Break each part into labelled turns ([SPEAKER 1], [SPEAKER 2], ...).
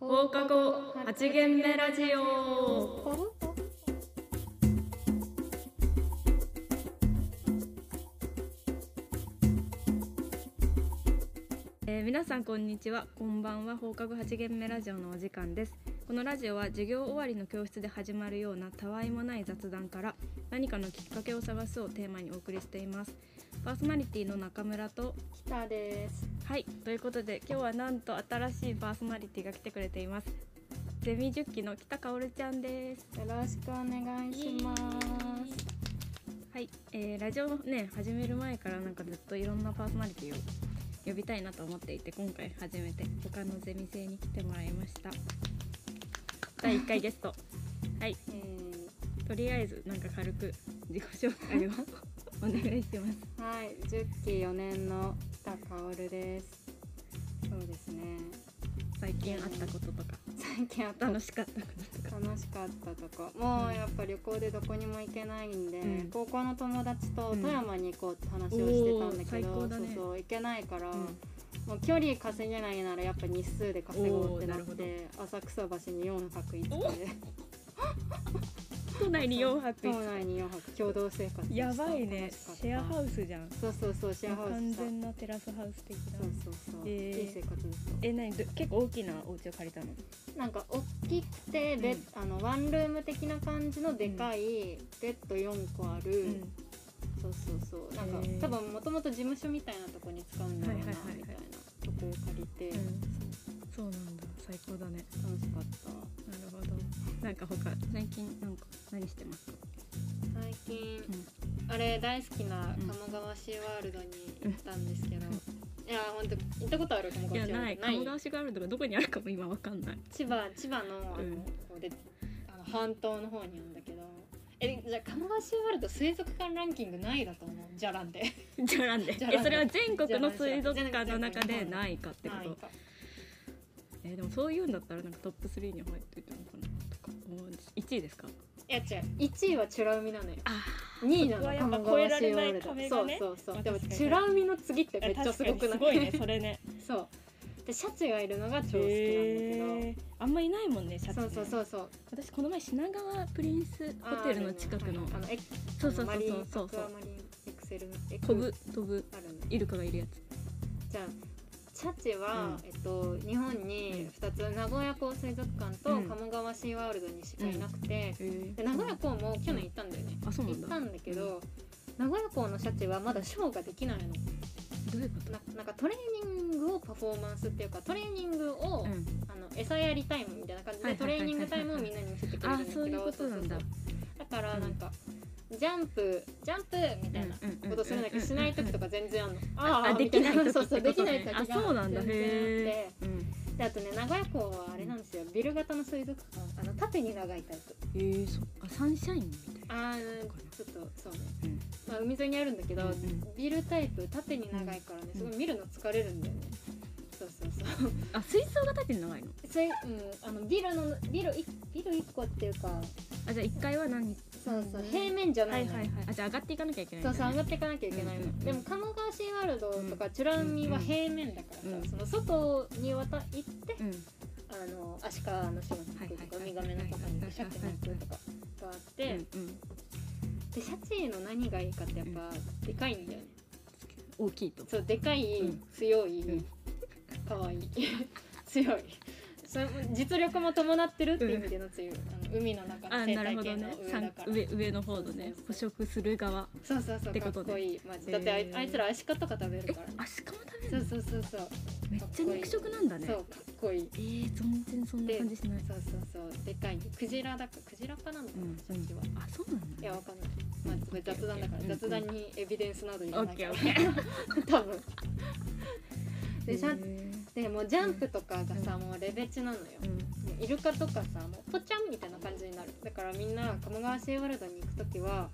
[SPEAKER 1] 放課後八限目ラジオえー皆さんこんにちはこんばんは放課後八限目ラジオのお時間ですこのラジオは授業終わりの教室で始まるようなたわいもない雑談から何かのきっかけを探すをテーマにお送りしていますパーソナリティの中村と
[SPEAKER 2] 北です。
[SPEAKER 1] はいということで今日はなんと新しいパーソナリティが来てくれていますゼミ10期の北香織ちゃんです
[SPEAKER 2] よろしくお願いします。
[SPEAKER 1] はい、えーラジオね始める前からなんかずっといろんなパーソナリティを呼びたいなと思っていて今回初めて他のゼミ生に来てもらいました第1回ゲス トはい
[SPEAKER 2] えー
[SPEAKER 1] とりあえずなんか軽く自己紹 介をお願いします
[SPEAKER 2] はい、十期4年の北薫です。そうですね。
[SPEAKER 1] 最近あったこととか
[SPEAKER 2] 最近あった
[SPEAKER 1] 楽しかったこととか
[SPEAKER 2] 楽しかったとこ、もうやっぱ旅行でどこにも行けないんで、
[SPEAKER 1] うん
[SPEAKER 2] 高校の友達と富山に行こうって話をしてたんだけど、
[SPEAKER 1] うんおー最高だね
[SPEAKER 2] そうそう行けないから、
[SPEAKER 1] うん
[SPEAKER 2] もう距離稼げないならやっぱ日数で稼ごうってなっ
[SPEAKER 1] おーな
[SPEAKER 2] て浅草橋に4泊5日で
[SPEAKER 1] 都内に4泊
[SPEAKER 2] 島内に4泊共同生活でした
[SPEAKER 1] やばいね
[SPEAKER 2] 楽しかった
[SPEAKER 1] シェアハウスじゃん
[SPEAKER 2] そうそうそうシェアハウ
[SPEAKER 1] 完
[SPEAKER 2] スさ
[SPEAKER 1] 全なテラスハウス的な
[SPEAKER 2] そうそうそう、
[SPEAKER 1] えー
[SPEAKER 2] いい生活ですよ
[SPEAKER 1] え何ど結構大きなお家を借りたの
[SPEAKER 2] なんか大きくてで、
[SPEAKER 1] うん
[SPEAKER 2] あのワンルーム的な感じのでかい、ベッド4個ある、そうそうそうなんか、
[SPEAKER 1] へー
[SPEAKER 2] 多分もともと事務所みたいなとこに使うんだろうな、
[SPEAKER 1] はいはいはいはい
[SPEAKER 2] みたいなとこを借りて、
[SPEAKER 1] うん
[SPEAKER 2] そう
[SPEAKER 1] そうなんだ最高だね
[SPEAKER 2] 楽しかった
[SPEAKER 1] なるほどなんか他最近なんか何してますか、
[SPEAKER 2] 最近、あれ大好きな鴨川シーワールドに行ったんですけど、
[SPEAKER 1] うん
[SPEAKER 2] いや本当行ったことある鴨
[SPEAKER 1] い
[SPEAKER 2] 川
[SPEAKER 1] や
[SPEAKER 2] シーワー
[SPEAKER 1] な
[SPEAKER 2] ル
[SPEAKER 1] い
[SPEAKER 2] ドな
[SPEAKER 1] 鴨
[SPEAKER 2] い
[SPEAKER 1] 川市があるとかどこにあるかも今わかん ない
[SPEAKER 2] 千葉千葉のあの、
[SPEAKER 1] うん
[SPEAKER 2] こうであの半島の方にあるんだけどえじゃあ鴨川シーワールド水族館ランキングないだと思うじゃらんで
[SPEAKER 1] じゃらんで
[SPEAKER 2] じゃらんで
[SPEAKER 1] えそれは全国の水族館の中でないかってこ
[SPEAKER 2] ない
[SPEAKER 1] と
[SPEAKER 2] か
[SPEAKER 1] えでもそういうんだったらなんかトップ3に入ってるのかなとか思うんです1位ですか
[SPEAKER 2] いや違う1位はチュラ海なの よ
[SPEAKER 1] あ
[SPEAKER 2] 2位な
[SPEAKER 3] そこは
[SPEAKER 2] の
[SPEAKER 3] やっぱ
[SPEAKER 2] 鴨川シ
[SPEAKER 3] 越え
[SPEAKER 2] ーワ
[SPEAKER 3] ら
[SPEAKER 2] ー
[SPEAKER 3] れ
[SPEAKER 2] ル
[SPEAKER 3] ない
[SPEAKER 2] ド、
[SPEAKER 3] 壁
[SPEAKER 2] そ
[SPEAKER 3] が
[SPEAKER 2] う
[SPEAKER 3] ね
[SPEAKER 2] そうそう
[SPEAKER 3] まあ
[SPEAKER 2] でも
[SPEAKER 3] 確か
[SPEAKER 2] チ
[SPEAKER 3] に
[SPEAKER 2] ュラ海の次ってめっちゃすごくない
[SPEAKER 3] すごいねそれね
[SPEAKER 2] そうでシャチがいるのが超好きなんだけど、
[SPEAKER 3] へーあんまいないもんねシャツ
[SPEAKER 2] そ
[SPEAKER 3] ね
[SPEAKER 2] うそうそうそう
[SPEAKER 1] 私この前品川プリンスホテルの近くの
[SPEAKER 2] あのエ
[SPEAKER 1] そうそう
[SPEAKER 2] マ
[SPEAKER 1] そう
[SPEAKER 2] リ
[SPEAKER 1] そ
[SPEAKER 2] ン
[SPEAKER 1] うそうそ
[SPEAKER 2] アクア
[SPEAKER 1] う
[SPEAKER 2] マリンエクセルのエク
[SPEAKER 1] 飛ぶ飛ぶ
[SPEAKER 2] あるね
[SPEAKER 1] イルカがいるやつ
[SPEAKER 2] じゃあシャチは、
[SPEAKER 1] うん
[SPEAKER 2] えっと、日本に2つ名古屋港水族館と
[SPEAKER 1] うん
[SPEAKER 2] 鴨川シーワールドにしかいなくて、
[SPEAKER 1] へー
[SPEAKER 2] で名古屋港も去年行ったんだよね、
[SPEAKER 1] あそうなん
[SPEAKER 2] 行っ
[SPEAKER 1] だ
[SPEAKER 2] たんだけど、名古屋港のシャチはまだショーができないの
[SPEAKER 1] どういうこと
[SPEAKER 2] ななんかトレーニングをパフォーマンスっていうかトレーニングを、
[SPEAKER 1] うん
[SPEAKER 2] あの餌やりタイムみたいな感じで、
[SPEAKER 1] はいはいは
[SPEAKER 2] トレ
[SPEAKER 1] いはいはい
[SPEAKER 2] ーニングタイムをみんなに見せてくれるんだ
[SPEAKER 1] あ
[SPEAKER 2] けど
[SPEAKER 1] そういうことなんだ
[SPEAKER 2] そうそうそうだからなんか、ジャンプジャンプみたいなことするんだけど、しない時とか全然あんの、あー
[SPEAKER 1] あできない
[SPEAKER 2] みた
[SPEAKER 1] 時って
[SPEAKER 2] そ
[SPEAKER 1] こ
[SPEAKER 2] うそ
[SPEAKER 1] と
[SPEAKER 2] うできない
[SPEAKER 1] ね
[SPEAKER 2] 時が
[SPEAKER 1] あそうなん
[SPEAKER 2] 全然
[SPEAKER 1] だ
[SPEAKER 2] あっ
[SPEAKER 1] へ
[SPEAKER 2] て
[SPEAKER 1] えうん
[SPEAKER 2] であとね名古屋港はあれなんですよビル型の水族館あの縦に長いタイプ
[SPEAKER 1] えー、そっかサンシャインみたいな
[SPEAKER 2] あ
[SPEAKER 1] そう
[SPEAKER 2] ー
[SPEAKER 1] かな
[SPEAKER 2] ちょっとそうね、
[SPEAKER 1] うん
[SPEAKER 2] まあ、海沿いにあるんだけど、
[SPEAKER 1] うんうん
[SPEAKER 2] ビルタイプ縦に長いからね
[SPEAKER 1] うん
[SPEAKER 2] すごい見るの疲れるんだよね、そうそうそう
[SPEAKER 1] あ水槽が立ってるの長いの
[SPEAKER 2] それ、うん、あのビルのビル一ビル一個っていうか
[SPEAKER 1] あじゃあ1階は何
[SPEAKER 2] そうそう平面じゃ
[SPEAKER 1] は
[SPEAKER 2] ない
[SPEAKER 1] い
[SPEAKER 2] のよ、
[SPEAKER 1] はいはいあじゃあ上がっていかなきゃいけないん
[SPEAKER 2] そ
[SPEAKER 1] だ
[SPEAKER 2] う
[SPEAKER 1] ね
[SPEAKER 2] そう上がっていかなきゃいけないの、
[SPEAKER 1] うんうんうん
[SPEAKER 2] でも鴨川シーワールドとか美ら海は平面だからさ、
[SPEAKER 1] うんうん
[SPEAKER 2] その外に渡行って、
[SPEAKER 1] うん
[SPEAKER 2] あのアシカのショーに行くとかウ
[SPEAKER 1] はいはいはい
[SPEAKER 2] ミガメのとこに行くシャチの行くとかがあって、
[SPEAKER 1] うんうん
[SPEAKER 2] でシャチの何がいいかってやっぱ、でかいんだよね
[SPEAKER 1] 大きいと
[SPEAKER 2] そうでかい、
[SPEAKER 1] うん
[SPEAKER 2] 強い、
[SPEAKER 1] うん
[SPEAKER 2] かわい い強いそれも実力も伴ってるっていう意味での強い、あの海の中の
[SPEAKER 1] あ
[SPEAKER 2] 生
[SPEAKER 1] な
[SPEAKER 2] 態
[SPEAKER 1] るほど
[SPEAKER 2] 系の
[SPEAKER 1] ね
[SPEAKER 2] 上
[SPEAKER 1] さ
[SPEAKER 2] だ
[SPEAKER 1] ん
[SPEAKER 2] から、
[SPEAKER 1] 上上の方のね
[SPEAKER 2] そうそ
[SPEAKER 1] 捕
[SPEAKER 2] う
[SPEAKER 1] 食する側
[SPEAKER 2] そうそうそう
[SPEAKER 1] って
[SPEAKER 2] か
[SPEAKER 1] こ
[SPEAKER 2] っ
[SPEAKER 1] とね
[SPEAKER 2] こいいマジだってあい
[SPEAKER 1] へー
[SPEAKER 2] あいつらアシカとか食べ
[SPEAKER 1] え
[SPEAKER 2] るからね
[SPEAKER 1] アシカも食べ
[SPEAKER 2] そ
[SPEAKER 1] る
[SPEAKER 2] う
[SPEAKER 1] の
[SPEAKER 2] そうそうそう
[SPEAKER 1] めっちゃ肉食なんだね
[SPEAKER 2] そうかっこいい
[SPEAKER 1] えー、全然そんな感じしない
[SPEAKER 2] そうそうそうでかいクジラだかクジラかなのか
[SPEAKER 1] う
[SPEAKER 2] なんシャチは、
[SPEAKER 1] あそうなんだ
[SPEAKER 2] いやわかんないまあそれ雑談だから
[SPEAKER 1] うん
[SPEAKER 2] 雑談にエビデンスなどい
[SPEAKER 1] オ
[SPEAKER 2] らな
[SPEAKER 1] ッ
[SPEAKER 2] い
[SPEAKER 1] ケ
[SPEAKER 2] から
[SPEAKER 1] ーオッケー
[SPEAKER 2] 多分でシャチ
[SPEAKER 1] へー
[SPEAKER 2] でもうジャンプとかがさ、
[SPEAKER 1] うん
[SPEAKER 2] もうレベチなのよ、
[SPEAKER 1] うん
[SPEAKER 2] もうイルカとかさもうポチャンみたいな感じになるだからみんな鴨川シーワールドに行く時は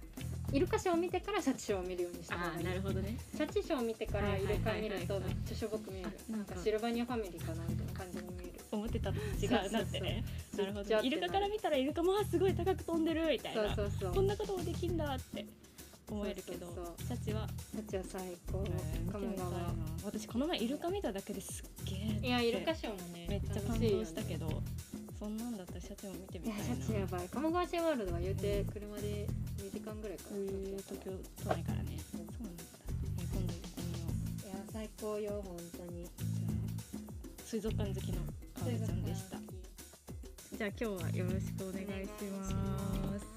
[SPEAKER 2] イルカショーを見てからシャチショーを見るようにした方
[SPEAKER 1] あ
[SPEAKER 2] がい
[SPEAKER 1] ー
[SPEAKER 2] い
[SPEAKER 1] なるほどね
[SPEAKER 2] シャチショーを見てからイルカ見ると
[SPEAKER 1] はいはいはいはい
[SPEAKER 2] めっちゃしょぼく見える
[SPEAKER 1] あ
[SPEAKER 2] な
[SPEAKER 1] なんん
[SPEAKER 2] か
[SPEAKER 1] か
[SPEAKER 2] シルバニアファミリーかなみたいな感じに見える
[SPEAKER 3] 思ってたと違
[SPEAKER 2] そうそうそう
[SPEAKER 3] うなってねなるほ
[SPEAKER 2] ちっちゃ
[SPEAKER 3] ど
[SPEAKER 2] って
[SPEAKER 3] イルカから見たらイルカもあすごい高く飛んでるみたい
[SPEAKER 2] そう
[SPEAKER 3] な
[SPEAKER 2] そうそ
[SPEAKER 3] こん
[SPEAKER 2] う
[SPEAKER 3] なこともできんだって思えるけど
[SPEAKER 2] そうそうそう
[SPEAKER 3] シャチは、
[SPEAKER 2] シャチは最高
[SPEAKER 3] えー見て
[SPEAKER 2] 鴨
[SPEAKER 3] みたいな
[SPEAKER 2] 川
[SPEAKER 3] 私この前イルカ見ただけですっげえって
[SPEAKER 2] いやイルカショーもね
[SPEAKER 3] めっちゃ感
[SPEAKER 2] 楽いよ
[SPEAKER 3] 動
[SPEAKER 2] ね
[SPEAKER 3] したけど、そんなんだったらシャチも見てみ
[SPEAKER 2] い
[SPEAKER 3] た
[SPEAKER 2] や
[SPEAKER 3] いな
[SPEAKER 2] シャチやばい鴨川シェワールドは言うて車で2時間ぐらいか
[SPEAKER 3] う
[SPEAKER 2] な、
[SPEAKER 3] ー東京都内からねそうなんだ、えー今度行ってみよう
[SPEAKER 2] いや最高よ本当に
[SPEAKER 3] じゃあ水族館好きのかおりちゃんでした
[SPEAKER 1] じゃあ今日はよろしくお願いします。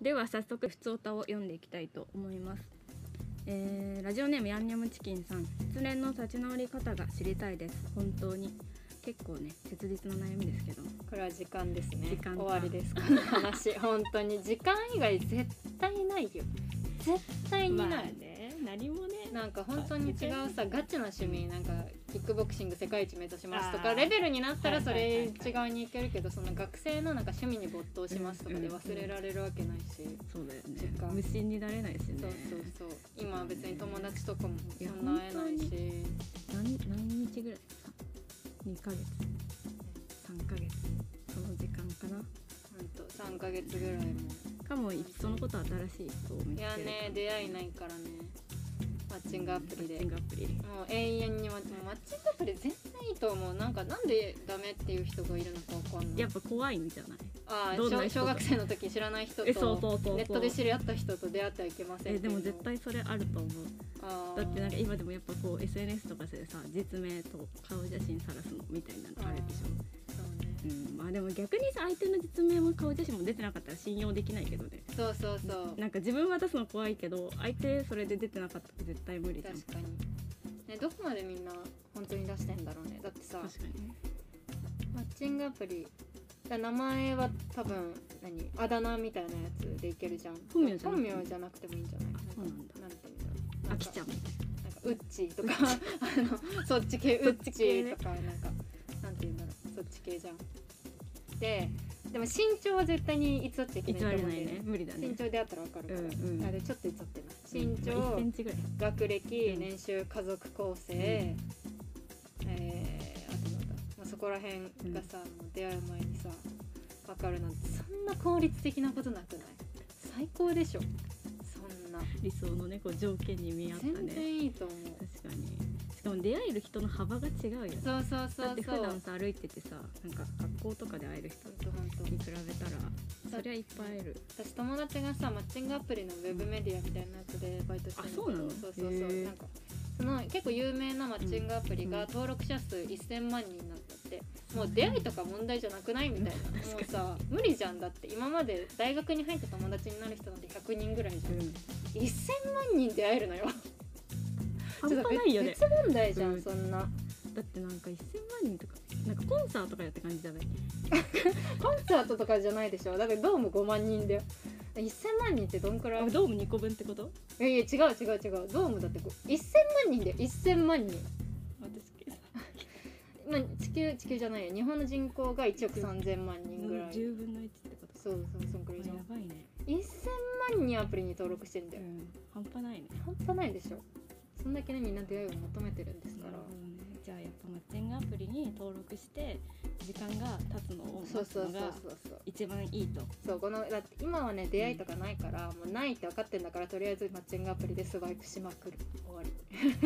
[SPEAKER 1] では早速普通歌を読んでいきたいと思います。えーラジオネームヤンニョムチキンさん失恋の立ち直り方が知りたいです本当に結構ね切実な悩みですけど
[SPEAKER 2] これは時間ですね
[SPEAKER 1] 時間
[SPEAKER 2] 終
[SPEAKER 1] か
[SPEAKER 2] わりですこの話 本当に時間以外絶対ないよ絶対にない、
[SPEAKER 3] まあね何もね
[SPEAKER 2] なんか本当に違うさガチな趣味なんかキックボクシング世界一目指しますと
[SPEAKER 3] あ
[SPEAKER 2] か
[SPEAKER 3] ー
[SPEAKER 2] レベルになったらそ
[SPEAKER 3] はいはい
[SPEAKER 2] れ
[SPEAKER 3] はい
[SPEAKER 2] 違うにいけるけどその学生のなんか趣味に没頭しますとかで忘れられるわけないし、
[SPEAKER 1] そうだよ
[SPEAKER 2] 時間
[SPEAKER 1] 無心になれないしね
[SPEAKER 2] そうそうそう今は別に友達とかもそんな会えないし
[SPEAKER 1] 何何日ぐらい2ヶ月3ヶ月その時間かな
[SPEAKER 2] 本当3ヶ月ぐらいも
[SPEAKER 1] かもいっそのこと新しい人を見つ
[SPEAKER 2] い
[SPEAKER 1] け
[SPEAKER 2] や
[SPEAKER 1] る
[SPEAKER 2] ね出会いないからねマッチングアプリで
[SPEAKER 1] マッチングアプリ
[SPEAKER 2] もう永遠にマッチもうマッチングアプリ全然いいと思うなんかなんでダメっていう人がいるのかわかんない
[SPEAKER 1] やっぱ怖いんじゃない
[SPEAKER 2] ああ
[SPEAKER 1] どんな
[SPEAKER 2] 小
[SPEAKER 1] 人
[SPEAKER 2] 小
[SPEAKER 1] と
[SPEAKER 2] 学生の時知らない人と
[SPEAKER 1] えそうそうそうそう
[SPEAKER 2] ネットで知り合った人と出会ってはいけません
[SPEAKER 1] えでも
[SPEAKER 2] っていう
[SPEAKER 1] 絶
[SPEAKER 2] の
[SPEAKER 1] 対それあると思う
[SPEAKER 2] あー
[SPEAKER 1] だってなんか今でもやっぱこう SNS とかでさ実名と顔写真晒すのみたいなのあるでしょ
[SPEAKER 2] そうね
[SPEAKER 1] うんまあでも逆にさ相手の実名も顔写真も出てなかったら信用できないけどね
[SPEAKER 2] そうそうそう
[SPEAKER 1] なんか自分は出すの怖いけど相手それで出てなかったら絶対無理じゃん
[SPEAKER 2] 確かにねどこまでみんな本当に出してんだろうねだってさ
[SPEAKER 1] 確かにね
[SPEAKER 2] マッチングアプリだ名前は多分何あだ名みたいなやつでいけるじゃん
[SPEAKER 1] 本名じゃなくて
[SPEAKER 2] 本名じゃなくてもいいんじゃないなんか
[SPEAKER 1] そうなんだ
[SPEAKER 2] なんていうんだろうな
[SPEAKER 1] 飽
[SPEAKER 2] んか
[SPEAKER 1] きちゃうみたい
[SPEAKER 2] なんかウッチーとか あのそっち 系ウッチーとかなんかなんていうんだろうそっち系じゃんででも身長は絶対に偽っちゃいけ
[SPEAKER 1] 偽
[SPEAKER 2] ない
[SPEAKER 1] れ
[SPEAKER 2] と思
[SPEAKER 1] な
[SPEAKER 2] う
[SPEAKER 1] い
[SPEAKER 2] んだ
[SPEAKER 1] ね
[SPEAKER 2] よね
[SPEAKER 1] 無理だね
[SPEAKER 2] 身長であったらわかるから、
[SPEAKER 1] うんうん
[SPEAKER 2] あれちょっと偽ってない身長、
[SPEAKER 1] 1センチぐらい
[SPEAKER 2] 学歴
[SPEAKER 1] うん
[SPEAKER 2] 年収家族構成、えーあとなんだ、まあ、そこら辺がさ、もう出会う前にさ分かるなんてそんな効率的なことなくない最高でしょそんな
[SPEAKER 1] 理想のねこう条件に見合った
[SPEAKER 2] 全
[SPEAKER 1] ね
[SPEAKER 2] 然いいと思う
[SPEAKER 1] 確かにしかも出会える人の幅が違うよね
[SPEAKER 2] そうそうそ
[SPEAKER 1] だって
[SPEAKER 2] うそう
[SPEAKER 1] 普段さ歩いててさなんか学校とかで会える人
[SPEAKER 2] ほんとほんと
[SPEAKER 1] に比べたらそりゃいっぱい会える
[SPEAKER 2] 私友達がさマッチングアプリのウェブメディアみたいなやつでバイトしてるんだけど
[SPEAKER 1] あそうなの
[SPEAKER 2] そうそう
[SPEAKER 1] へ
[SPEAKER 2] そう
[SPEAKER 1] ー
[SPEAKER 2] なんかその結構有名なマッチングアプリ
[SPEAKER 1] うん
[SPEAKER 2] が
[SPEAKER 1] うん
[SPEAKER 2] 登録者数1000万人になったってもう出会いとか問題じゃなくないみたいな
[SPEAKER 1] 確
[SPEAKER 2] も
[SPEAKER 1] か
[SPEAKER 2] うさ無理じゃんだって今まで大学に入って友達になる人なんて100人ぐらいじゃん
[SPEAKER 1] うん
[SPEAKER 2] 1000万人出会えるのよ
[SPEAKER 1] 半端ないよね
[SPEAKER 2] ちょっと別別問題じゃ
[SPEAKER 1] うんん
[SPEAKER 2] そんな
[SPEAKER 1] だってなんか1000万人とかなんかコンサートとかやって感じじゃない
[SPEAKER 2] コンサートとかじゃないでしょだってドーム5万人で1000万人ってどんくらい
[SPEAKER 3] あドーム2個分ってこと
[SPEAKER 2] いやいや違う違う違うドームだってこう1000万人で1000万人
[SPEAKER 3] 私
[SPEAKER 2] まあ、地球地球じゃないよ日本の人口が1億3000万人ぐらいそう
[SPEAKER 3] 10分の1ってこと
[SPEAKER 2] そうそんくらいじゃん
[SPEAKER 1] やばいね、
[SPEAKER 2] 1000万人アプリに登録してんだ
[SPEAKER 1] う
[SPEAKER 2] よ
[SPEAKER 1] ん、半端ないね
[SPEAKER 2] 半端ないでしょそんだけねみんな出会いを求めてるんですか
[SPEAKER 3] な
[SPEAKER 2] ら
[SPEAKER 3] るほどねじゃあやっぱマッチングアプリに登録して時間が経つのを
[SPEAKER 2] そ
[SPEAKER 3] 待
[SPEAKER 2] う
[SPEAKER 3] つ
[SPEAKER 2] そう
[SPEAKER 3] の
[SPEAKER 2] そ
[SPEAKER 3] が
[SPEAKER 2] うそうそう
[SPEAKER 3] 一番いいと
[SPEAKER 2] そうこのだって今はね出会いとかないから、もうないって分かってんだからとりあえずマッチングアプリでスワイプしまくる終わり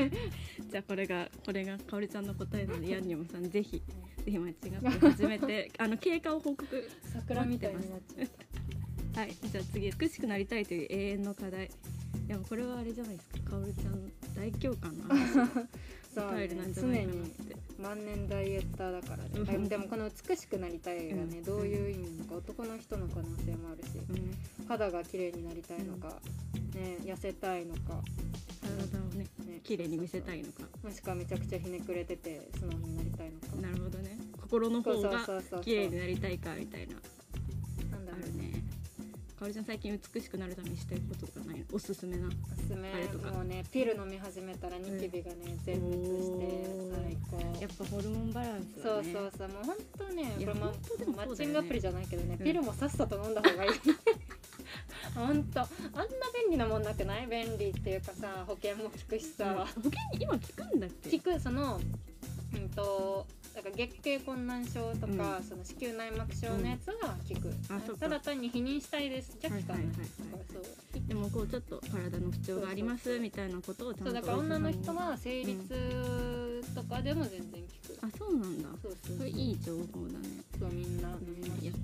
[SPEAKER 1] じゃあこれがこれがかおりちゃんの答えなのでヤンニョムさんぜひぜひマッチングアプリ始め てあの経過を報告
[SPEAKER 2] 桜みたいになっちゃう
[SPEAKER 1] はいじゃあ次美しくなりたいという永遠の課題いやもうこれはあれじゃないですかかおりちゃん大共感の話
[SPEAKER 2] そ
[SPEAKER 1] の
[SPEAKER 2] う、
[SPEAKER 1] スタ
[SPEAKER 2] ね
[SPEAKER 1] イルなん、じゃ
[SPEAKER 2] 常
[SPEAKER 1] ないかなっ
[SPEAKER 2] に
[SPEAKER 1] て
[SPEAKER 2] 万年ダイエッターだから
[SPEAKER 1] うん
[SPEAKER 2] ねでもでもこの美しくなりたいがね、
[SPEAKER 1] うん
[SPEAKER 2] どういう意味なのか男の人の可能性もあるし、
[SPEAKER 1] うん
[SPEAKER 2] 肌が綺麗になりたいのか、ね、痩せたいのか、
[SPEAKER 1] 体をね
[SPEAKER 2] ね、
[SPEAKER 1] 綺麗に見せた
[SPEAKER 2] い
[SPEAKER 1] いのか
[SPEAKER 2] もしくはめちゃくちゃひねくれてて素直になりたいのか
[SPEAKER 1] なるほどね心の方が
[SPEAKER 2] うそう
[SPEAKER 1] 綺麗になりたいかみたいな
[SPEAKER 2] なんだ
[SPEAKER 1] あ
[SPEAKER 2] ろう
[SPEAKER 1] るねかおりちゃん最近美しくなるためにしたいこととかないのおすすめな
[SPEAKER 2] おすすめ
[SPEAKER 1] あれとか
[SPEAKER 2] もうねピル飲み始めたらニキビがね、全滅して
[SPEAKER 1] おー
[SPEAKER 2] 最高
[SPEAKER 1] やっぱホルモンバランス
[SPEAKER 2] そ
[SPEAKER 1] は
[SPEAKER 2] う
[SPEAKER 1] ね
[SPEAKER 2] そうそうもう本当ね
[SPEAKER 1] い
[SPEAKER 2] こ
[SPEAKER 1] や
[SPEAKER 2] れま
[SPEAKER 1] 本当でもそうだ
[SPEAKER 2] マ
[SPEAKER 1] よね
[SPEAKER 2] ッチングアプリじゃないけどね、
[SPEAKER 1] うん
[SPEAKER 2] ピルもさっさと飲んだ方がいい本当あんな便利なもんなくない便利っていうかさ保険も効くしさ、
[SPEAKER 1] 保険に今聞くんだっけ
[SPEAKER 2] 聞くそのうんとだから月経困難症とか、
[SPEAKER 1] うん
[SPEAKER 2] その子宮内膜症のやつは効く、
[SPEAKER 1] あそっか
[SPEAKER 2] ただ単に否認したいですじゃ効かない,、
[SPEAKER 1] はいはいはいはい
[SPEAKER 2] そう
[SPEAKER 1] でもこうちょっと体の不調がありますみたいなことをち
[SPEAKER 2] そ
[SPEAKER 1] ゃんと
[SPEAKER 2] うだから女の人は生理痛とかでも全然効く、
[SPEAKER 1] あそうなんだ
[SPEAKER 2] そうそう
[SPEAKER 1] こ
[SPEAKER 2] そう
[SPEAKER 1] れいい情報だね、
[SPEAKER 2] そうみんな、
[SPEAKER 1] やっ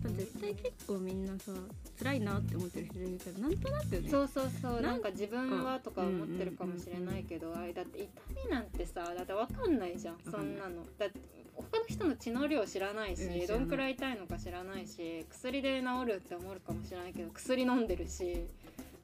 [SPEAKER 1] ぱ絶対結構みんなさ辛いなって思ってる人いるけどなんとなくね
[SPEAKER 2] そうそうそう
[SPEAKER 1] な
[SPEAKER 2] なんんか自分はとか思ってるかもしれないけど、あれだって痛みなんてさだってわかんないじゃん
[SPEAKER 1] わか
[SPEAKER 2] そ
[SPEAKER 1] ん
[SPEAKER 2] ん
[SPEAKER 1] ない
[SPEAKER 2] なのだって他の人の血の量知らないし、
[SPEAKER 1] うん知らない
[SPEAKER 2] どんくらい痛いのか知らないし薬で治るって思うかもしれないけど薬飲んでるし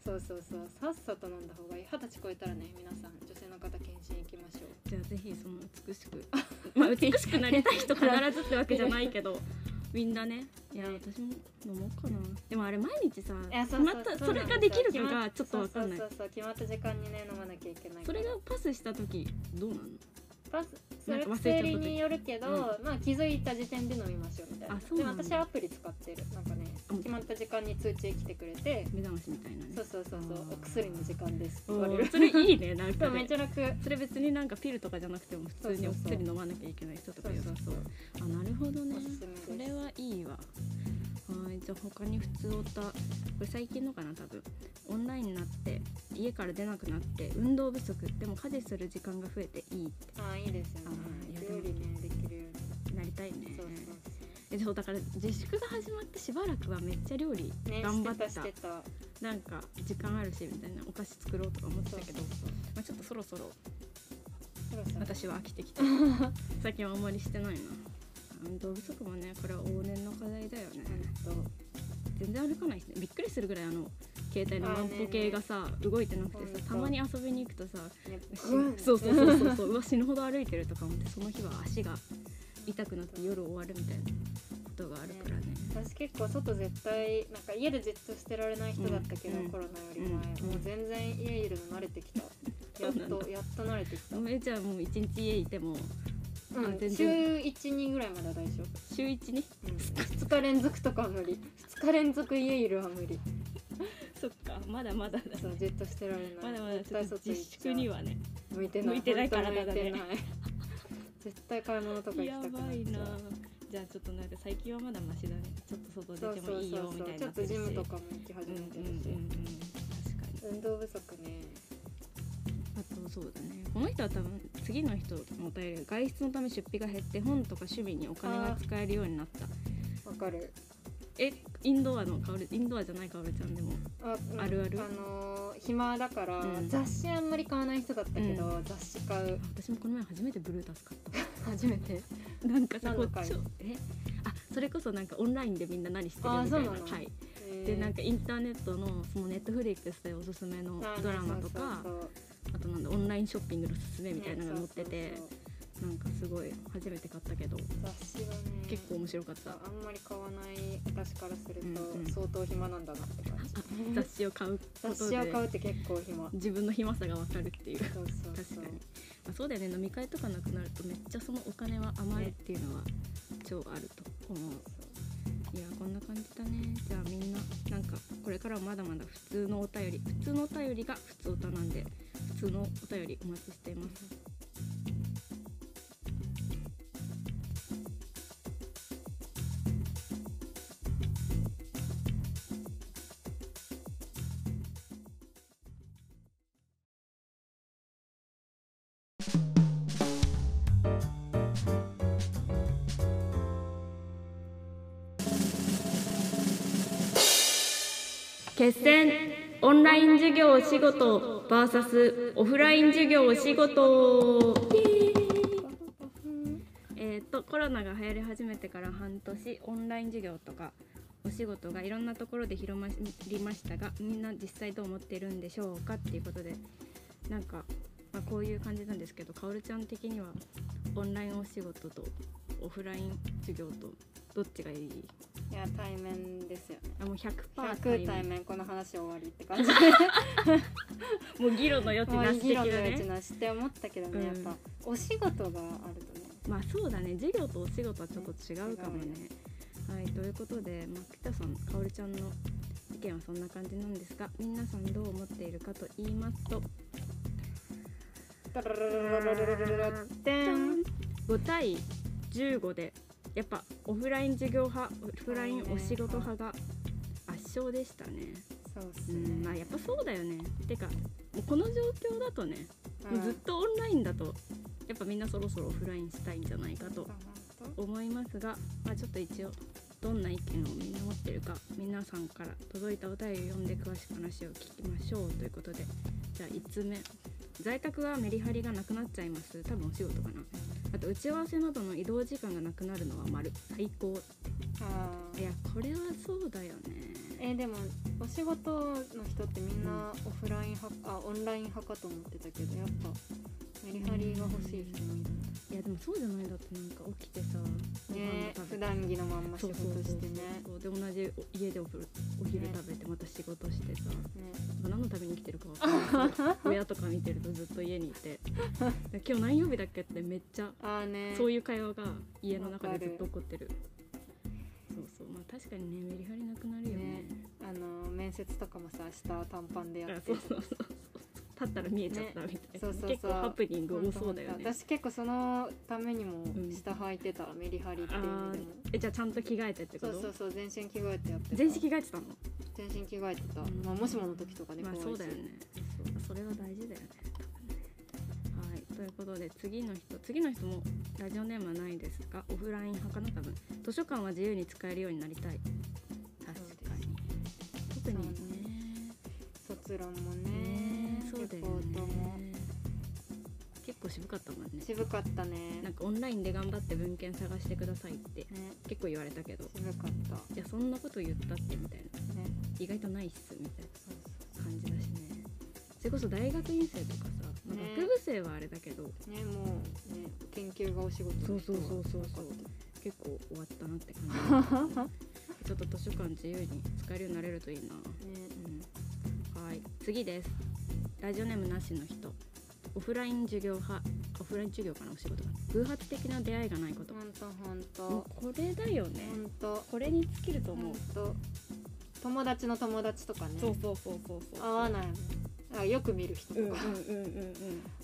[SPEAKER 2] そうそうそうさっさと飲んだ方がいい二十歳超えたらね皆さん女性の方検診行きましょう
[SPEAKER 1] じゃあぜひその美しく まあ美しくなりたい人必ずってわけじゃないけど みんなねいや私も飲もうかなでもあれ毎日さ
[SPEAKER 2] いやそう
[SPEAKER 1] ま
[SPEAKER 2] そう
[SPEAKER 1] た
[SPEAKER 2] そう
[SPEAKER 1] それができるのがちょっとわかんない
[SPEAKER 2] そうそうそうそう決まった時間にね飲まなきゃいけないから
[SPEAKER 1] それがパスした時どうなの
[SPEAKER 2] パスそ
[SPEAKER 1] なん
[SPEAKER 2] れ
[SPEAKER 1] か忘れちゃう
[SPEAKER 2] 薬によるけど、
[SPEAKER 1] う
[SPEAKER 2] まあ気づいた時点で飲みましょうみたいな
[SPEAKER 1] あそうなんだ
[SPEAKER 2] でも私はアプリ使ってるなんかね
[SPEAKER 1] うん
[SPEAKER 2] 決まった時間に通知来てくれて、
[SPEAKER 1] 目覚ましみたいなね
[SPEAKER 2] そうそうそうそう
[SPEAKER 1] あー
[SPEAKER 2] お薬の時間ですって言われ
[SPEAKER 1] お
[SPEAKER 2] る
[SPEAKER 1] ーそれいい ねなん
[SPEAKER 2] そ
[SPEAKER 1] か
[SPEAKER 2] うめっ
[SPEAKER 1] ね
[SPEAKER 2] ちゃ楽
[SPEAKER 1] それ別になんかピルとかじゃなくても普通にお薬飲まなきゃいけない人とかよさそうあなるほどね
[SPEAKER 2] おすすめです
[SPEAKER 1] それはいいわはいじゃあ他に普通おたこれ最近のかな多分オンラインになって家から出なくなって運動不足でも家事する時間が増えていいっ
[SPEAKER 2] ああいいですよね
[SPEAKER 1] あーいやでも
[SPEAKER 2] 料理ねできるように
[SPEAKER 1] てなりたいね
[SPEAKER 2] そうそう
[SPEAKER 1] えそうだから自粛が始まってしばらくはめっちゃ料理
[SPEAKER 2] そうね
[SPEAKER 1] 頑張った
[SPEAKER 2] してたしてた
[SPEAKER 1] なんか時間あるしみたいなお菓子作ろうとか思ってたけど
[SPEAKER 2] そうそう
[SPEAKER 1] まあ、ちょっとそろそろ
[SPEAKER 2] そろそろ
[SPEAKER 1] 私は飽きてきた最近はあんまりしてないな運動不足もねこれは往年の課題だよね
[SPEAKER 2] ほんと
[SPEAKER 1] 全然歩かないしねびっくりするぐらいあの携帯の万歩計がさ、動いてなくて
[SPEAKER 2] ほん
[SPEAKER 1] さ
[SPEAKER 2] と
[SPEAKER 1] たまに遊びに行くとさ
[SPEAKER 2] ね
[SPEAKER 1] 牛
[SPEAKER 2] うん
[SPEAKER 1] そうそうそうそうそううわ死ぬほど歩いてるとか思ってその日は足が痛くなって夜終わるみたいなことがあるからね
[SPEAKER 2] 私結構外絶対なんか家でじっとしてられない人だったけど、
[SPEAKER 1] うん
[SPEAKER 2] コロナより前、
[SPEAKER 1] うん
[SPEAKER 2] もう全然家いるの慣れてきたやっ
[SPEAKER 1] そうなん
[SPEAKER 2] とやっと慣れてきた、
[SPEAKER 1] えじゃあもう一日家いても
[SPEAKER 2] う
[SPEAKER 1] あ
[SPEAKER 2] ん、
[SPEAKER 1] 全
[SPEAKER 2] 週
[SPEAKER 1] 然
[SPEAKER 2] 12ぐらいまでは大丈夫、
[SPEAKER 1] 週一ね
[SPEAKER 2] うん、2日連続とかは無理2日連続家いるは無理
[SPEAKER 3] そっかまだまだだ
[SPEAKER 2] そうじっとしてられない
[SPEAKER 3] まだまだ
[SPEAKER 2] 絶
[SPEAKER 3] ちょ
[SPEAKER 2] 対
[SPEAKER 3] っと
[SPEAKER 2] 外
[SPEAKER 3] 自粛にはね
[SPEAKER 2] 向いてな
[SPEAKER 3] 向
[SPEAKER 2] い
[SPEAKER 3] いてない体だね
[SPEAKER 2] 本当向いてない 絶対買い物とか行き
[SPEAKER 3] や
[SPEAKER 2] たくな
[SPEAKER 3] ば
[SPEAKER 2] っ
[SPEAKER 3] い
[SPEAKER 2] ち
[SPEAKER 3] な
[SPEAKER 2] ゃう
[SPEAKER 3] じゃあちょっとなんか最近はまだマシだねちょっと
[SPEAKER 2] そ
[SPEAKER 3] 外
[SPEAKER 2] う
[SPEAKER 3] 出
[SPEAKER 2] そ
[SPEAKER 3] ても
[SPEAKER 2] う
[SPEAKER 3] いいよ
[SPEAKER 2] そう
[SPEAKER 3] み
[SPEAKER 2] そ
[SPEAKER 3] た
[SPEAKER 2] う
[SPEAKER 3] いに
[SPEAKER 2] ちょ
[SPEAKER 3] な
[SPEAKER 2] っ
[SPEAKER 3] って
[SPEAKER 2] と
[SPEAKER 3] るし
[SPEAKER 2] ジムと
[SPEAKER 3] か
[SPEAKER 2] かも行き始
[SPEAKER 3] うんう
[SPEAKER 2] め
[SPEAKER 3] んうん
[SPEAKER 2] て
[SPEAKER 3] う
[SPEAKER 2] る
[SPEAKER 3] ん
[SPEAKER 2] し、
[SPEAKER 3] 確かに
[SPEAKER 2] 運動不足ね
[SPEAKER 1] あとそうだねこの人は多分次の人のお便りが外出のため出費が減って本とか趣味にお金が使えるようになった
[SPEAKER 2] わかる
[SPEAKER 1] えインドアのかおるインドアじゃないかおるちゃんでも
[SPEAKER 2] あうん
[SPEAKER 1] あるある
[SPEAKER 2] あのー暇だから、
[SPEAKER 1] うん
[SPEAKER 2] 雑誌あんまり買わない人だったけど、
[SPEAKER 1] う
[SPEAKER 2] 雑誌買う
[SPEAKER 1] 私もこの前初めてブルータス買っ
[SPEAKER 2] 初めて
[SPEAKER 1] た なんかさ
[SPEAKER 2] 何
[SPEAKER 1] こ
[SPEAKER 2] の
[SPEAKER 1] っ
[SPEAKER 2] 会
[SPEAKER 1] ちをえあそれこそなんかオンラインでみんな何してる
[SPEAKER 2] あー
[SPEAKER 1] みたい
[SPEAKER 2] そう
[SPEAKER 1] な
[SPEAKER 2] なの
[SPEAKER 1] はいでなんかインターネットのそのネットフリックスでおすすめのドラマとかあとなんだオンラインショッピングのおすすめみたいなのが載っててなんかすごい初めて買ったけど
[SPEAKER 2] 雑誌はね
[SPEAKER 1] 結構面白かった
[SPEAKER 2] あんまり買わない私からすると、
[SPEAKER 1] うんうん
[SPEAKER 2] 相当暇なんだなって感じ
[SPEAKER 1] 雑誌を買うこと
[SPEAKER 2] 雑誌を買う
[SPEAKER 1] で
[SPEAKER 2] って結構暇そう
[SPEAKER 1] 自分の暇さが分かるっていう
[SPEAKER 2] そう
[SPEAKER 1] 確
[SPEAKER 2] そ
[SPEAKER 1] か
[SPEAKER 2] う
[SPEAKER 1] に、まあ、そうだよね飲み会とかなくなるとめっちゃそのお金は余るっていうのは超あると思う、いやこんな感じだねじゃあみんななんかこれからはまだまだ普通のお便り普通のお便りが普通おたなんで普通のお便りお待ちしています決戦オンライン授業お仕事 VS オフライン授業お仕事えー、とコロナが流行り始めてから半年オンライン授業とかお仕事がいろんなところで広まりましたがみんな実際どう思ってるんでしょうかっていうことでなんか、まあ、こういう感じなんですけどかおるちゃん的にはオンラインお仕事とオフライン授業とどっちがいい
[SPEAKER 2] いや対面ですよね
[SPEAKER 1] あもう100%対
[SPEAKER 2] 100
[SPEAKER 1] 面
[SPEAKER 2] 対面この話終わりって感じ
[SPEAKER 1] もう議論の余地
[SPEAKER 2] まあ
[SPEAKER 1] なし
[SPEAKER 2] 議
[SPEAKER 1] 的な
[SPEAKER 2] 論の余地
[SPEAKER 1] ね
[SPEAKER 2] なしって思ったけどね、
[SPEAKER 1] うん
[SPEAKER 2] やっぱお仕事があるとね
[SPEAKER 1] まあそうだね授業とお仕事はちょっと違うかもね。はいということで、まあ、北さんかおりちゃんの意見はそんな感じなんですが皆さんどう思っているかと言いますと
[SPEAKER 2] ん
[SPEAKER 1] 5対15でやっぱオフライン授業派オフラインお仕事派が圧勝でしたね。
[SPEAKER 2] そうっす
[SPEAKER 1] うんまあ
[SPEAKER 2] ね
[SPEAKER 1] やっぱそうだよね。てかもうこの状況だとね、
[SPEAKER 2] う
[SPEAKER 1] も
[SPEAKER 2] ん
[SPEAKER 1] うずっとオンラインだとやっぱみんなそろそろオフラインしたいんじゃないかと思いますが、まあ、ちょっと一応どんな意見をみんな持ってるか皆さんから届いたお便りを読んで詳しく話を聞きましょうということでじゃあ1つ目在宅はメリハリがなくなっちゃいます多分お仕事かなあと打ち合わせなどの移動時間がなくなるのは丸最高
[SPEAKER 2] あ
[SPEAKER 1] い
[SPEAKER 2] ー
[SPEAKER 1] やこれはそうだよね
[SPEAKER 2] えーでもお仕事の人ってみんなオフライン派あオンライン派かと思ってたけどやっぱメリハリが欲しい人もいるんだ
[SPEAKER 1] いやでもそうじゃないだってなんか起きてさご飯
[SPEAKER 2] ね
[SPEAKER 1] を
[SPEAKER 2] 普
[SPEAKER 1] 食べて
[SPEAKER 2] 段着のまんま仕
[SPEAKER 1] そう
[SPEAKER 2] 事
[SPEAKER 1] そうそう
[SPEAKER 2] してね
[SPEAKER 1] そうで同じお家でお風呂お昼食べてまた仕事してさ、
[SPEAKER 2] ね
[SPEAKER 1] 何のために生きてるか分かんない けど親とか見てるとずっと家にいて今日何曜日だっけってめっちゃ
[SPEAKER 2] ああね
[SPEAKER 1] そういう会話が家の中
[SPEAKER 2] わか
[SPEAKER 1] で
[SPEAKER 2] る
[SPEAKER 1] ずっと起こってるそうそうまあ確かにねメリハリなくなるよね
[SPEAKER 2] ねあの面接とかもさ明日短パンでや
[SPEAKER 1] あ
[SPEAKER 2] って
[SPEAKER 1] そう
[SPEAKER 2] る
[SPEAKER 1] そうそう立ったら見えちゃったみたい
[SPEAKER 2] ね
[SPEAKER 1] な、
[SPEAKER 2] そうそうそう
[SPEAKER 1] 結構ハプニング多そうだよね
[SPEAKER 2] 私結構そのためにも
[SPEAKER 1] ん
[SPEAKER 2] 下履いてた、メリハリって
[SPEAKER 1] あ
[SPEAKER 2] いう意
[SPEAKER 1] ー
[SPEAKER 2] 味でも
[SPEAKER 1] えじゃあちゃんと着替えてってこ
[SPEAKER 2] そ
[SPEAKER 1] と
[SPEAKER 2] うそうそう全身着替えてやってた
[SPEAKER 1] 全身着替えてたの
[SPEAKER 2] 全身着替えてた、
[SPEAKER 1] うん
[SPEAKER 2] まあ、もしもの時とかね
[SPEAKER 1] まあ
[SPEAKER 2] 怖いし
[SPEAKER 1] そうだよねそうそれは大事だよね多分ねはいということで次の人次の人もラジオネームはないですがオフライン派かな多分図書館は自由に使えるようになりたい確かに特にね
[SPEAKER 2] 卒論もね
[SPEAKER 1] ねそうだ
[SPEAKER 2] レ
[SPEAKER 1] よ
[SPEAKER 2] ポートも
[SPEAKER 1] ね結構渋かったもんね
[SPEAKER 2] 渋かったね
[SPEAKER 1] なんかオンラインで頑張って文献探してくださいって
[SPEAKER 2] ね
[SPEAKER 1] 結構言われたけど
[SPEAKER 2] 渋かった
[SPEAKER 1] いやそんなこと言ったってみたいな
[SPEAKER 2] ね
[SPEAKER 1] 意外とないっすみたいな
[SPEAKER 2] そう
[SPEAKER 1] 感じだしねそれこそ大学院生とかさ、まあ
[SPEAKER 2] ね
[SPEAKER 1] 学部生はあれだけど
[SPEAKER 2] そうねもうね研究がお仕事の人は
[SPEAKER 1] そうそうそうそ
[SPEAKER 2] 多
[SPEAKER 1] う
[SPEAKER 2] かった
[SPEAKER 1] 結構終わったなって感じちょっと図書館自由に使えるようになれるといいな
[SPEAKER 2] ね
[SPEAKER 1] うんはい次ですラジオネームなしの人オフライン授業派オフライン授業かなお仕事が偶発的な出会いがないこと
[SPEAKER 2] ほんとほんと
[SPEAKER 1] もうこれだよね
[SPEAKER 2] ほんと
[SPEAKER 1] これに尽きると
[SPEAKER 2] ほ
[SPEAKER 1] 思
[SPEAKER 2] ん
[SPEAKER 1] う
[SPEAKER 2] と友達の友達とかね
[SPEAKER 1] そうそうそうそうそう
[SPEAKER 2] 合わないあよく見る人と
[SPEAKER 1] うんうん
[SPEAKER 2] か、
[SPEAKER 1] うんうんうん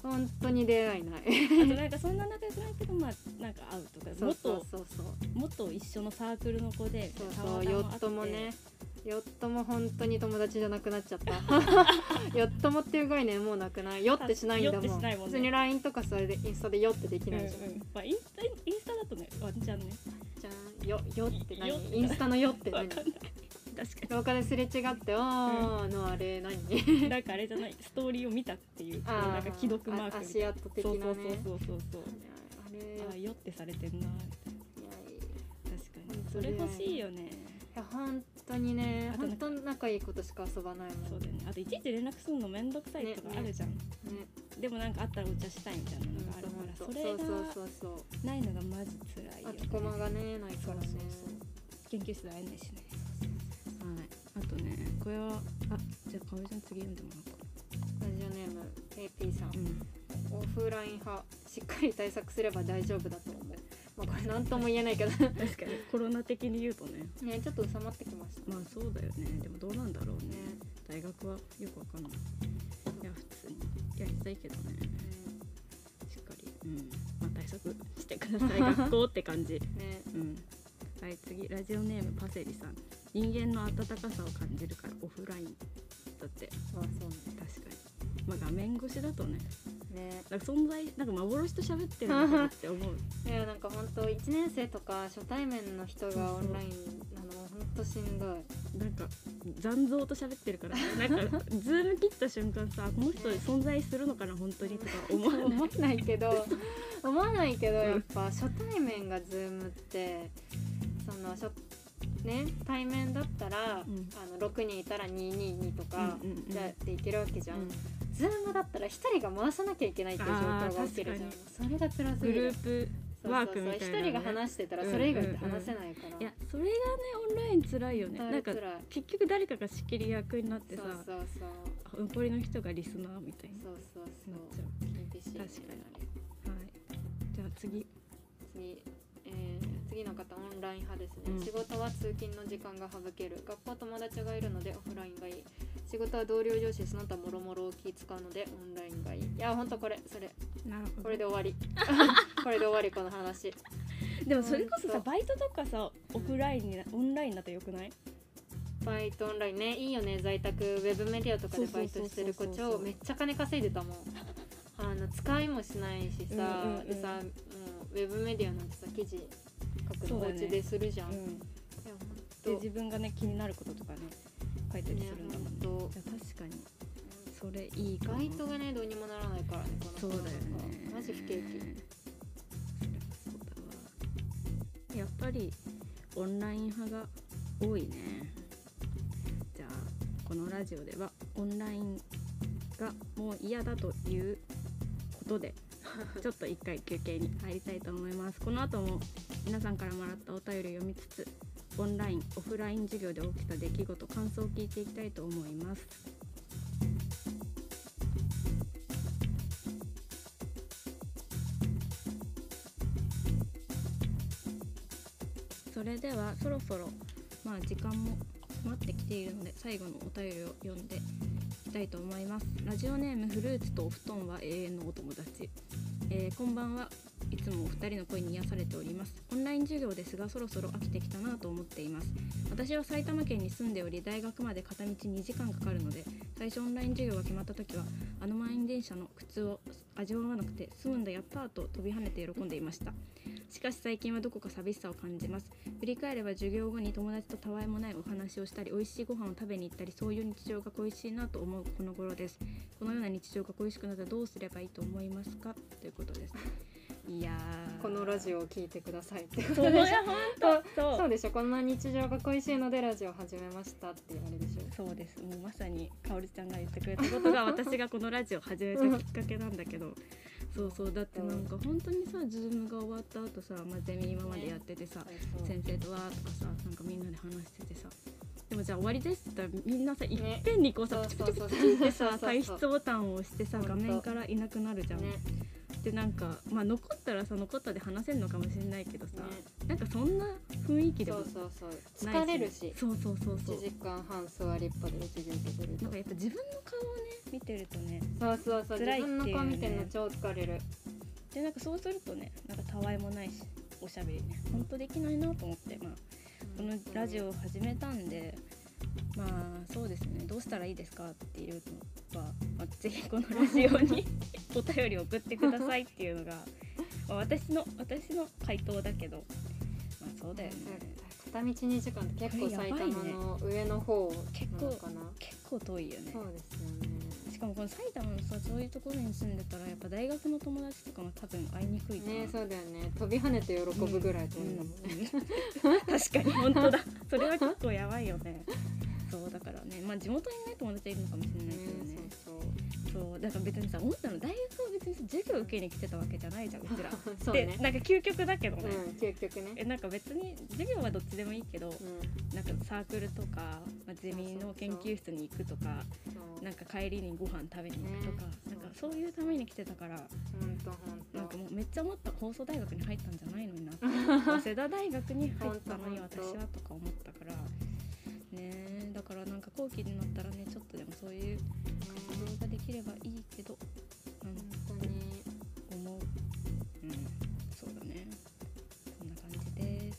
[SPEAKER 2] 本当に出会いない
[SPEAKER 1] あとなんかそんな仲良くないけどまあなんか会うとか
[SPEAKER 2] そうそう
[SPEAKER 1] 元
[SPEAKER 2] そうそう
[SPEAKER 1] 元一緒のサークルの子で
[SPEAKER 2] そう
[SPEAKER 1] た
[SPEAKER 2] そ
[SPEAKER 1] ま
[SPEAKER 2] う
[SPEAKER 1] たま
[SPEAKER 2] ヨ
[SPEAKER 1] 会
[SPEAKER 2] ッ
[SPEAKER 1] って
[SPEAKER 2] トもねヨットも本当に友達じゃなくなっち ゃったヨットもっていう概念もうなくないヨってしないんだ
[SPEAKER 1] ヨッて
[SPEAKER 2] もん
[SPEAKER 1] しないもんね
[SPEAKER 2] 普通に LINE とかそれでインスタでヨってでき
[SPEAKER 1] うんう
[SPEAKER 2] なんいじゃん、
[SPEAKER 1] まあ、インスタインスタだとねワンチャンね
[SPEAKER 2] じゃんよよって
[SPEAKER 1] よっ
[SPEAKER 2] 何
[SPEAKER 1] て
[SPEAKER 2] インスタのよって
[SPEAKER 1] わ
[SPEAKER 2] 何
[SPEAKER 1] か んない 確か
[SPEAKER 2] 廊下ですれ違って「あーのあれ何
[SPEAKER 1] に なんかあれじゃないストーリーを見たっていうこ
[SPEAKER 2] あ
[SPEAKER 1] の
[SPEAKER 2] ー
[SPEAKER 1] なんか既読マーク
[SPEAKER 2] あ
[SPEAKER 1] みた
[SPEAKER 2] 足
[SPEAKER 1] いな
[SPEAKER 2] 跡的
[SPEAKER 1] そうそ
[SPEAKER 2] な
[SPEAKER 1] うそう
[SPEAKER 2] ね
[SPEAKER 1] そうそうそう
[SPEAKER 2] あれい
[SPEAKER 1] ああよってされてん
[SPEAKER 2] やい
[SPEAKER 1] な
[SPEAKER 2] い
[SPEAKER 1] 確かに
[SPEAKER 2] 本
[SPEAKER 1] そ
[SPEAKER 2] 当
[SPEAKER 1] れ
[SPEAKER 2] だよね
[SPEAKER 1] 欲しいよね
[SPEAKER 2] いや本当にね
[SPEAKER 1] あと
[SPEAKER 2] 本
[SPEAKER 1] なんか
[SPEAKER 2] 当仲いいことしか遊ばないもん
[SPEAKER 1] そうだよねあといちいち連絡するのめんどくさいとかあるじゃん、
[SPEAKER 2] ね
[SPEAKER 1] でもなんかあったらお茶したいみたいなのがある
[SPEAKER 2] 本
[SPEAKER 1] か
[SPEAKER 2] 当
[SPEAKER 1] らそ
[SPEAKER 2] 本
[SPEAKER 1] れ
[SPEAKER 2] 当そう
[SPEAKER 1] が
[SPEAKER 2] そうそうそう
[SPEAKER 1] ないのがまず辛いよ
[SPEAKER 2] 空
[SPEAKER 1] ね
[SPEAKER 2] き駒がねないからね
[SPEAKER 1] そうそうそう研究室で会えないしねはいあとねこれはあじゃあかおりちゃん次読んでもらおうか
[SPEAKER 2] ラジオネーム KP さん
[SPEAKER 1] うん
[SPEAKER 2] オフライン派しっかり対策すれば大丈夫だと思うまあこれ何とも言えないけ ど
[SPEAKER 1] 確かにコロナ的に言うとね
[SPEAKER 2] ねちょっと収まってきました
[SPEAKER 1] まあそうだよねでもどうなんだろうね
[SPEAKER 2] ね
[SPEAKER 1] 大学はよくわかんないいや普通にやりたいけどねしっかりうんまあ対策してくだ さい学校って感 じ
[SPEAKER 2] ねね
[SPEAKER 1] うんはい次ラジオネームパセリさん人間の温かさを感じるからオフラインだって
[SPEAKER 2] まあそう
[SPEAKER 1] 確かにまあ画面越しだとね
[SPEAKER 2] ねね
[SPEAKER 1] なんか存在なんか幻と喋ってるのかなって思う
[SPEAKER 2] いやなんか本当1年生とか初対面の人がオンラインなのも本当しんどい
[SPEAKER 1] なんか残像と喋ってるからなんかズーム切った瞬間さこの人存在するのかな本当にとか思わない
[SPEAKER 2] 思わないけ ど思わないけど
[SPEAKER 1] うん
[SPEAKER 2] やっぱ初対面がズームってその初ね対面だったら、
[SPEAKER 1] うん
[SPEAKER 2] あの6人いたら222とか、
[SPEAKER 1] うんうんうん
[SPEAKER 2] じゃあっていけるわけじゃん、
[SPEAKER 1] うん
[SPEAKER 2] ズームだったら1人が回さなきゃいけないっていう状況が起きるじゃ
[SPEAKER 1] あー
[SPEAKER 2] んそれが辛す
[SPEAKER 1] グ
[SPEAKER 2] ぎ
[SPEAKER 1] ル
[SPEAKER 2] る
[SPEAKER 1] ープ
[SPEAKER 2] そう
[SPEAKER 1] ワ
[SPEAKER 2] そう
[SPEAKER 1] ー
[SPEAKER 2] そ
[SPEAKER 1] ク
[SPEAKER 2] う
[SPEAKER 1] みたいなね
[SPEAKER 2] 1人が話してたらそれ以外って話せないから、
[SPEAKER 1] いやそれがねオンライン辛いよね
[SPEAKER 2] 本当
[SPEAKER 1] なん
[SPEAKER 2] に
[SPEAKER 1] か
[SPEAKER 2] 辛い
[SPEAKER 1] 結局誰かが仕切り役になって
[SPEAKER 2] そ
[SPEAKER 1] さ
[SPEAKER 2] うそうそう
[SPEAKER 1] 残りの人がリスナーみたい
[SPEAKER 2] そうそう
[SPEAKER 1] になっち
[SPEAKER 2] そう
[SPEAKER 1] ゃう
[SPEAKER 2] 厳しいね
[SPEAKER 1] 確かにはいじゃあ次
[SPEAKER 2] 次えー次次の方オンライン派ですね、
[SPEAKER 1] うん
[SPEAKER 2] 仕事は通勤の時間が省ける学校は友達がいるのでオフラインがいい仕事は同僚上司その他もろもろを気使うのでオンラインがいいいやほんとこれそれ
[SPEAKER 1] なるほど
[SPEAKER 2] これで終わりこれで終わりこの話
[SPEAKER 1] でもそれこそ
[SPEAKER 2] ほ
[SPEAKER 1] さ
[SPEAKER 2] んと
[SPEAKER 1] バイトとかさオフラインにオンラインだとよくない
[SPEAKER 2] バイトオンラインねいいよね在宅ウェブメディアとかでバイトしてる子
[SPEAKER 1] そうそうそうそ
[SPEAKER 2] 超
[SPEAKER 1] う
[SPEAKER 2] めっちゃ金稼いでたもんあの使いもしないしさ、
[SPEAKER 1] うんうんうん
[SPEAKER 2] でさもうウェブメディアなんてさ記事書く
[SPEAKER 1] そう
[SPEAKER 2] の
[SPEAKER 1] だ
[SPEAKER 2] お
[SPEAKER 1] ね
[SPEAKER 2] 家でするじゃん、
[SPEAKER 1] う
[SPEAKER 2] い
[SPEAKER 1] ん
[SPEAKER 2] や
[SPEAKER 1] で
[SPEAKER 2] ほんと
[SPEAKER 1] 自分がね気になることとかね書いたり
[SPEAKER 2] ね
[SPEAKER 1] するんだ
[SPEAKER 2] ほ
[SPEAKER 1] もん
[SPEAKER 2] ん
[SPEAKER 1] ね
[SPEAKER 2] と
[SPEAKER 1] じゃあ確かにそれいいかも
[SPEAKER 2] バイトがねどうにもならないからねこの
[SPEAKER 1] そうだよね
[SPEAKER 2] マジ不景
[SPEAKER 1] それ
[SPEAKER 2] 気
[SPEAKER 1] そうだわやっぱりオンライン派が多いねじゃあこのラジオではオンラインがもう嫌だということ でちょっと一回休憩に入りたいと思いますこの後も皆さんからもらったお便りを読みつつオンラインオフライン授業で起きた出来事感想を聞いていきたいと思いますそれではそろそろまあ時間も迫ってきているので最後のお便りを読んでいきたいと思いますラジオネームフルーツとお布団は永遠のお友達、えーこんばんはいつもお二人の声に癒されておりますオンライン授業ですがそろそろ飽きてきたなと思っています私は埼玉県に住んでおり大学まで片道2時間かかるので最初オンライン授業が決まった時はあの満員電車の靴を味わわなくて済むんだやったーと飛び跳ねて喜んでいましたしかし最近はどこか寂しさを感じます振り返れば授業後に友達とたわいもないお話をしたり美味しいご飯を食べに行ったりそういう日常が恋しいなと思うこの頃ですこのような日常が恋しくなったらどうすればいいと思いますかということですいやー
[SPEAKER 2] このラジオを聞いてくださいってこ
[SPEAKER 1] そ
[SPEAKER 2] と
[SPEAKER 1] う
[SPEAKER 2] でしょ
[SPEAKER 1] いや本当そう
[SPEAKER 2] そうでしょこんな日常が恋しいのでラジオ始めましたってあれでしょ
[SPEAKER 1] そうですもうまさにかおるちゃんが言ってくれたことが私がこのラジオ始めたきっかけなんだけどそうそうだってなんか本当にさ Zoom が終わった後さ、まあ、ゼミ今までやっててさ、先生とわーとかさなんかみんなで話しててさでもじゃあ終わりですって言ったらみんなさいっぺんにこうさ、
[SPEAKER 2] そう
[SPEAKER 1] プチ
[SPEAKER 2] そ
[SPEAKER 1] プ
[SPEAKER 2] う
[SPEAKER 1] チ
[SPEAKER 2] そう
[SPEAKER 1] ってさ
[SPEAKER 2] そうそうそう
[SPEAKER 1] 退出ボタンを押してさ
[SPEAKER 2] ほんと
[SPEAKER 1] 画面からいなくなるじゃん、
[SPEAKER 2] ね
[SPEAKER 1] でなんかまあ残ったらさ残ったで話せるのかもしれないけどさ、
[SPEAKER 2] ね
[SPEAKER 1] なんかそんな雰囲気で
[SPEAKER 2] そ
[SPEAKER 1] も
[SPEAKER 2] うそうそう
[SPEAKER 1] ない
[SPEAKER 2] 疲れるし
[SPEAKER 1] そうそうそうそう
[SPEAKER 2] 1時間半座りっぱで授業受けてる
[SPEAKER 1] な
[SPEAKER 2] と
[SPEAKER 1] んかやっぱ自分の顔をね見てるとね
[SPEAKER 2] そうそうそう
[SPEAKER 1] 辛い
[SPEAKER 2] 自
[SPEAKER 1] って
[SPEAKER 2] 分
[SPEAKER 1] いうね
[SPEAKER 2] の顔見てんの超疲れる
[SPEAKER 1] でなんかそうするとねなんかたわいもないしおしゃべりね本当できないなと思ってまあこのラジオを始めたんで、まあそうですねどうしたらいいですかっていうのは、まあ、ぜひこのラジオに お便り送ってくださいっていうのが、まあ、私の私の回答だけどまあそうだよね
[SPEAKER 2] 片道2時間って結構
[SPEAKER 1] これ
[SPEAKER 2] 埼
[SPEAKER 1] やばいね
[SPEAKER 2] 玉の上の方
[SPEAKER 1] 結
[SPEAKER 2] な
[SPEAKER 1] 構
[SPEAKER 2] のかな
[SPEAKER 1] 結構遠いよね
[SPEAKER 2] そうですよね
[SPEAKER 1] しかもこの埼玉のさそういうところに住んでたらやっぱ大学の友達とかも多分会いにくいかな
[SPEAKER 2] ねそうだよね飛び跳ねて喜ぶぐらいと思うもんね
[SPEAKER 1] 確かに本当だそれは結構やばいよねそうだからねまあ地元にね友達いるのかもしれ
[SPEAKER 2] ね
[SPEAKER 1] ないけどね
[SPEAKER 2] そう
[SPEAKER 1] そうだから別にさ思ったの大学は別にさ授業受けに来てたわけじゃないじゃんうちら
[SPEAKER 2] そうそう
[SPEAKER 1] で
[SPEAKER 2] ね
[SPEAKER 1] なんか究極だけど
[SPEAKER 2] うん
[SPEAKER 1] ね、
[SPEAKER 2] 究極ね
[SPEAKER 1] えなんか別に授業はどっちでもいいけど
[SPEAKER 2] うん
[SPEAKER 1] なんかサークルとか、まあ、ゼミの研究室に行くとか
[SPEAKER 2] そう
[SPEAKER 1] なんか帰りにご飯食べに行くとか、
[SPEAKER 2] ね
[SPEAKER 1] なんかそういうために来てたから
[SPEAKER 2] ほんとほんと
[SPEAKER 1] なんかもうめっちゃ思った放送大学に入ったんじゃないのになって早稲田大学に入ったのに
[SPEAKER 2] ほんと
[SPEAKER 1] 私
[SPEAKER 2] ほんと
[SPEAKER 1] はとか思ったからねえだからなんか後期になったらねちょっとでもそういう工
[SPEAKER 2] ね
[SPEAKER 1] 夫ができればいいけどなん
[SPEAKER 2] 本当に
[SPEAKER 1] 思ううんそうだねそんな感じです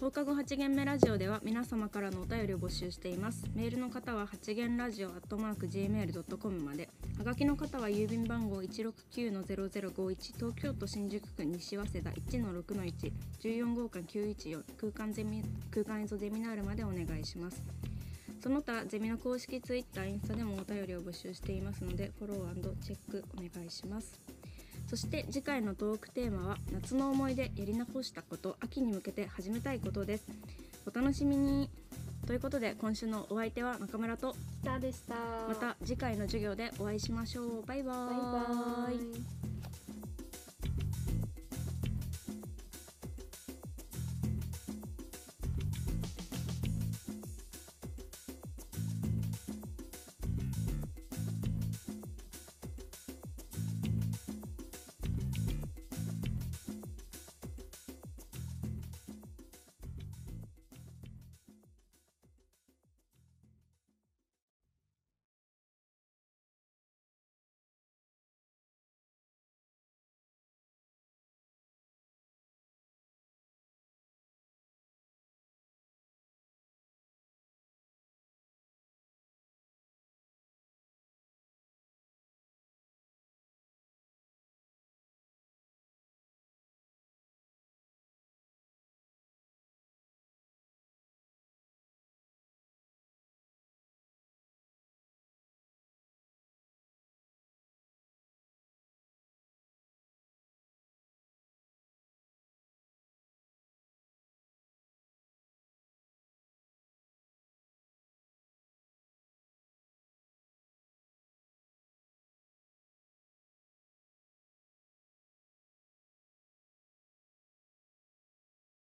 [SPEAKER 1] 放課後8限目ラジオでは皆様からのお便りを募集していますメールの方は8限ラジオアットマーク Gmail.com まではがきの方は郵便番号169-0051東京都新宿区西早稲田1-6-1 14号館914空間ゼミ空間映像ゼミナールまでお願いしますその他ゼミの公式ツイッターインスタでもお便りを募集していますのでフォローチェックお願いしますそして次回のトークテーマは夏の思い出やり残したこと秋に向けて始めたいことですお楽しみにということで今週のお相手は中村と
[SPEAKER 2] スターでした
[SPEAKER 1] また次回の授業でお会いしましょうバイバ
[SPEAKER 2] バイバ
[SPEAKER 1] ーイ
[SPEAKER 2] イ